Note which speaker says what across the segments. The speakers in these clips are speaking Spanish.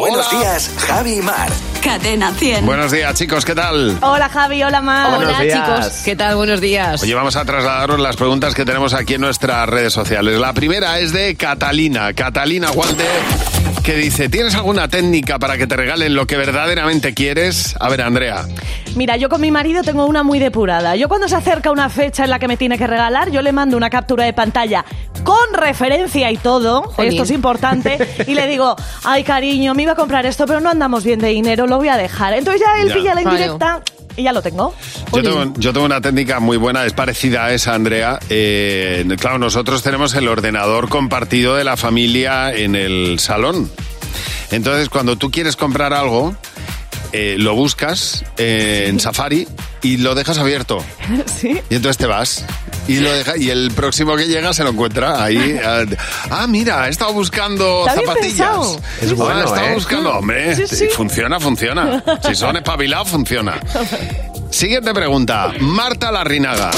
Speaker 1: Buenos días, Javi y Mar.
Speaker 2: Cadena 100.
Speaker 3: Buenos días, chicos, ¿qué tal?
Speaker 4: Hola Javi, hola Mar.
Speaker 5: Buenos
Speaker 6: Hola
Speaker 5: días.
Speaker 6: chicos, ¿qué tal? Buenos días.
Speaker 3: Oye, vamos a trasladaros las preguntas que tenemos aquí en nuestras redes sociales. La primera es de Catalina, Catalina Gualde, que dice, ¿tienes alguna técnica para que te regalen lo que verdaderamente quieres? A ver, Andrea.
Speaker 4: Mira, yo con mi marido tengo una muy depurada. Yo cuando se acerca una fecha en la que me tiene que regalar, yo le mando una captura de pantalla con referencia y todo,
Speaker 6: Jolín.
Speaker 4: esto es importante, y le digo, ay cariño, me iba a comprar esto, pero no andamos bien de dinero, lo voy a dejar. Entonces ya él
Speaker 3: Ya.
Speaker 4: pilla la
Speaker 6: Claro.
Speaker 4: indirecta y ya lo tengo.
Speaker 3: Yo tengo, yo tengo una técnica muy buena, es parecida a esa, Andrea. Eh, claro, nosotros tenemos el ordenador compartido de la familia en el salón. Entonces, cuando tú quieres comprar algo, eh, lo buscas eh, en Safari y lo dejas abierto.
Speaker 4: sí.
Speaker 3: Y entonces te vas. Y, lo deja, y el próximo que llega se lo encuentra ahí. Ah, ah, mira, he estado buscando
Speaker 4: Está bien
Speaker 3: zapatillas.
Speaker 4: pensado.
Speaker 3: Ah,
Speaker 5: Es bueno,
Speaker 3: he estado
Speaker 5: ¿eh?
Speaker 3: buscando, hombre.
Speaker 4: Mm. Sí, sí.
Speaker 3: Funciona, funciona. Si son espabilados, funciona. Siguiente pregunta. Marta Larrinaga.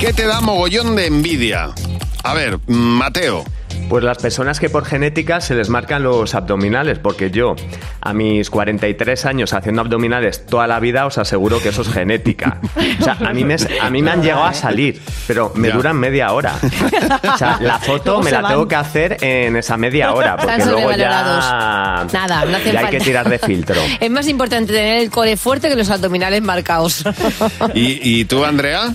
Speaker 3: ¿Qué te da mogollón de envidia? A ver, Mateo.
Speaker 5: Pues las personas que por genética se les marcan los abdominales, porque yo a mis 43 años haciendo abdominales toda la vida os aseguro que eso es genética. O sea, a mí me, a mí me han llegado a salir, pero me
Speaker 3: Ya.
Speaker 5: duran media hora. O sea, la foto
Speaker 4: Luego
Speaker 5: me
Speaker 4: se
Speaker 5: la
Speaker 4: van.
Speaker 5: tengo que hacer en esa media hora, porque
Speaker 6: Están
Speaker 5: luego
Speaker 6: sobrevalorados.
Speaker 5: ya,
Speaker 6: Nada, no hace
Speaker 5: ya hay
Speaker 6: falta.
Speaker 5: que tirar de filtro.
Speaker 6: Es más importante tener el core fuerte que los abdominales marcados.
Speaker 3: ¿Y, y tú, Andrea?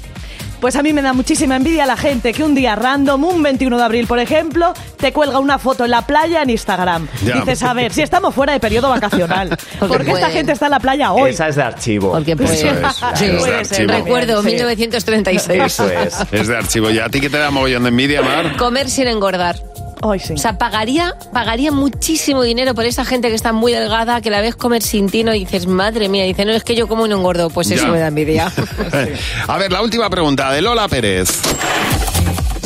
Speaker 4: Pues a mí me da muchísima envidia la gente que un día random, un 21 de abril, por ejemplo, te cuelga una foto en la playa en Instagram.
Speaker 3: Ya.
Speaker 4: Dices, a ver, si estamos fuera de periodo vacacional,
Speaker 6: Porque
Speaker 4: ¿por qué esta
Speaker 6: pueden.
Speaker 4: gente está en la playa hoy?
Speaker 5: Esa es de archivo.
Speaker 6: Porque pues,
Speaker 3: Eso es, claro,
Speaker 6: sí,
Speaker 3: es de
Speaker 6: puede
Speaker 3: archivo.
Speaker 6: ser. recuerdo
Speaker 4: Sí.
Speaker 6: 1936.
Speaker 5: Eso es.
Speaker 3: Es de archivo. ¿Y a ti qué te da mogollón de envidia, Mar?
Speaker 6: Comer sin engordar.
Speaker 4: Hoy sí.
Speaker 6: O sea, pagaría, pagaría muchísimo dinero por esa gente que está muy delgada, que la ves comer sin tino y dices, madre mía, dice, no, es que yo como y no engordo. Pues eso
Speaker 3: Ya.
Speaker 6: me da envidia.
Speaker 3: A ver, la última pregunta de Lola Pérez.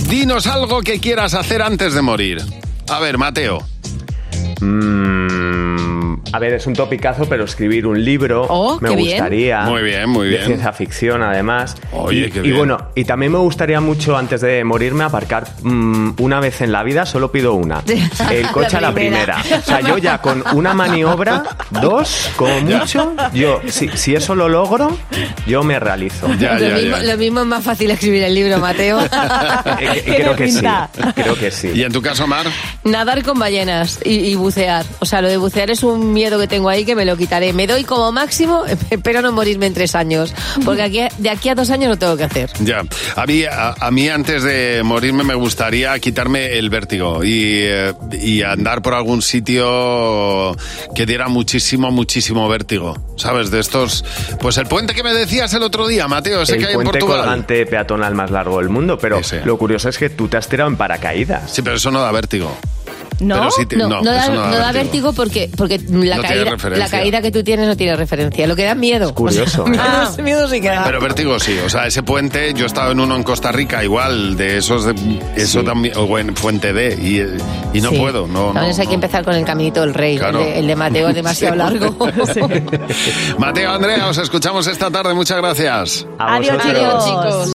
Speaker 3: Dinos algo que quieras hacer antes de morir. A ver, Mateo.
Speaker 5: Mm, a ver, es un topicazo, pero escribir un libro
Speaker 6: Oh,
Speaker 5: me
Speaker 6: qué bien.
Speaker 5: gustaría.
Speaker 3: Muy bien, muy bien.
Speaker 5: De ciencia ficción, además.
Speaker 3: Oye,
Speaker 5: y,
Speaker 3: qué
Speaker 5: y
Speaker 3: bien.
Speaker 5: bueno, y también me gustaría mucho, antes de morirme, aparcar mm, una vez en la vida, solo pido una. El coche a la
Speaker 6: primera.
Speaker 5: primera. O sea, yo ya con una maniobra, dos, como mucho, yo, si, si eso lo logro, yo me realizo.
Speaker 3: Ya,
Speaker 6: lo,
Speaker 3: ya,
Speaker 6: mismo,
Speaker 3: ya.
Speaker 6: lo mismo es más fácil escribir el libro, Mateo.
Speaker 5: Eh,
Speaker 4: Tiene
Speaker 5: creo que sí.
Speaker 4: pinta.
Speaker 5: Creo que sí.
Speaker 3: ¿Y en tu caso, Mar?
Speaker 6: Nadar con ballenas y, y bucear. O sea, lo de bucear es un miedo que tengo ahí que me lo quitaré. Me doy como máximo, espero no morirme en tres años. Porque aquí, de aquí a dos años lo tengo que hacer.
Speaker 3: Ya. A mí, a, a mí antes de morirme me gustaría quitarme el vértigo y, eh, y andar por algún sitio que diera muchísimo, muchísimo vértigo. ¿Sabes? De estos... Pues el puente que me decías el otro día, Mateo, ese que
Speaker 5: El
Speaker 3: hay en
Speaker 5: puente
Speaker 3: Portugal.
Speaker 5: colgante peatonal más largo del mundo, pero
Speaker 3: Ese.
Speaker 5: lo curioso es que tú te has tirado en paracaídas.
Speaker 3: Sí, pero eso no da vértigo.
Speaker 4: ¿No?
Speaker 3: Pero sí te-
Speaker 6: No, no, da,
Speaker 3: eso
Speaker 6: no da vértigo porque, porque la,
Speaker 3: No tiene
Speaker 6: caída,
Speaker 3: referencia.
Speaker 6: la caída que tú tienes no tiene referencia. Lo que da miedo. Ah,
Speaker 5: curioso,
Speaker 6: O sea,
Speaker 5: ¿eh?
Speaker 6: miedo- miedo sí que da.
Speaker 3: Pero vértigo sí, o sea, ese puente, yo he estado en uno en Costa Rica igual, de esos, de, eso también, o en Fuente D, y, eh, y no
Speaker 6: Sí.
Speaker 3: puedo, no. no,
Speaker 6: Entonces hay
Speaker 3: no.
Speaker 6: que empezar con el caminito del rey.
Speaker 3: Claro.
Speaker 6: El, de, el de Mateo es demasiado largo.
Speaker 3: Mateo, Andrea, os escuchamos esta tarde, muchas gracias.
Speaker 5: A
Speaker 4: Adiós,
Speaker 5: vosotros.
Speaker 4: chicos.
Speaker 6: Chicos.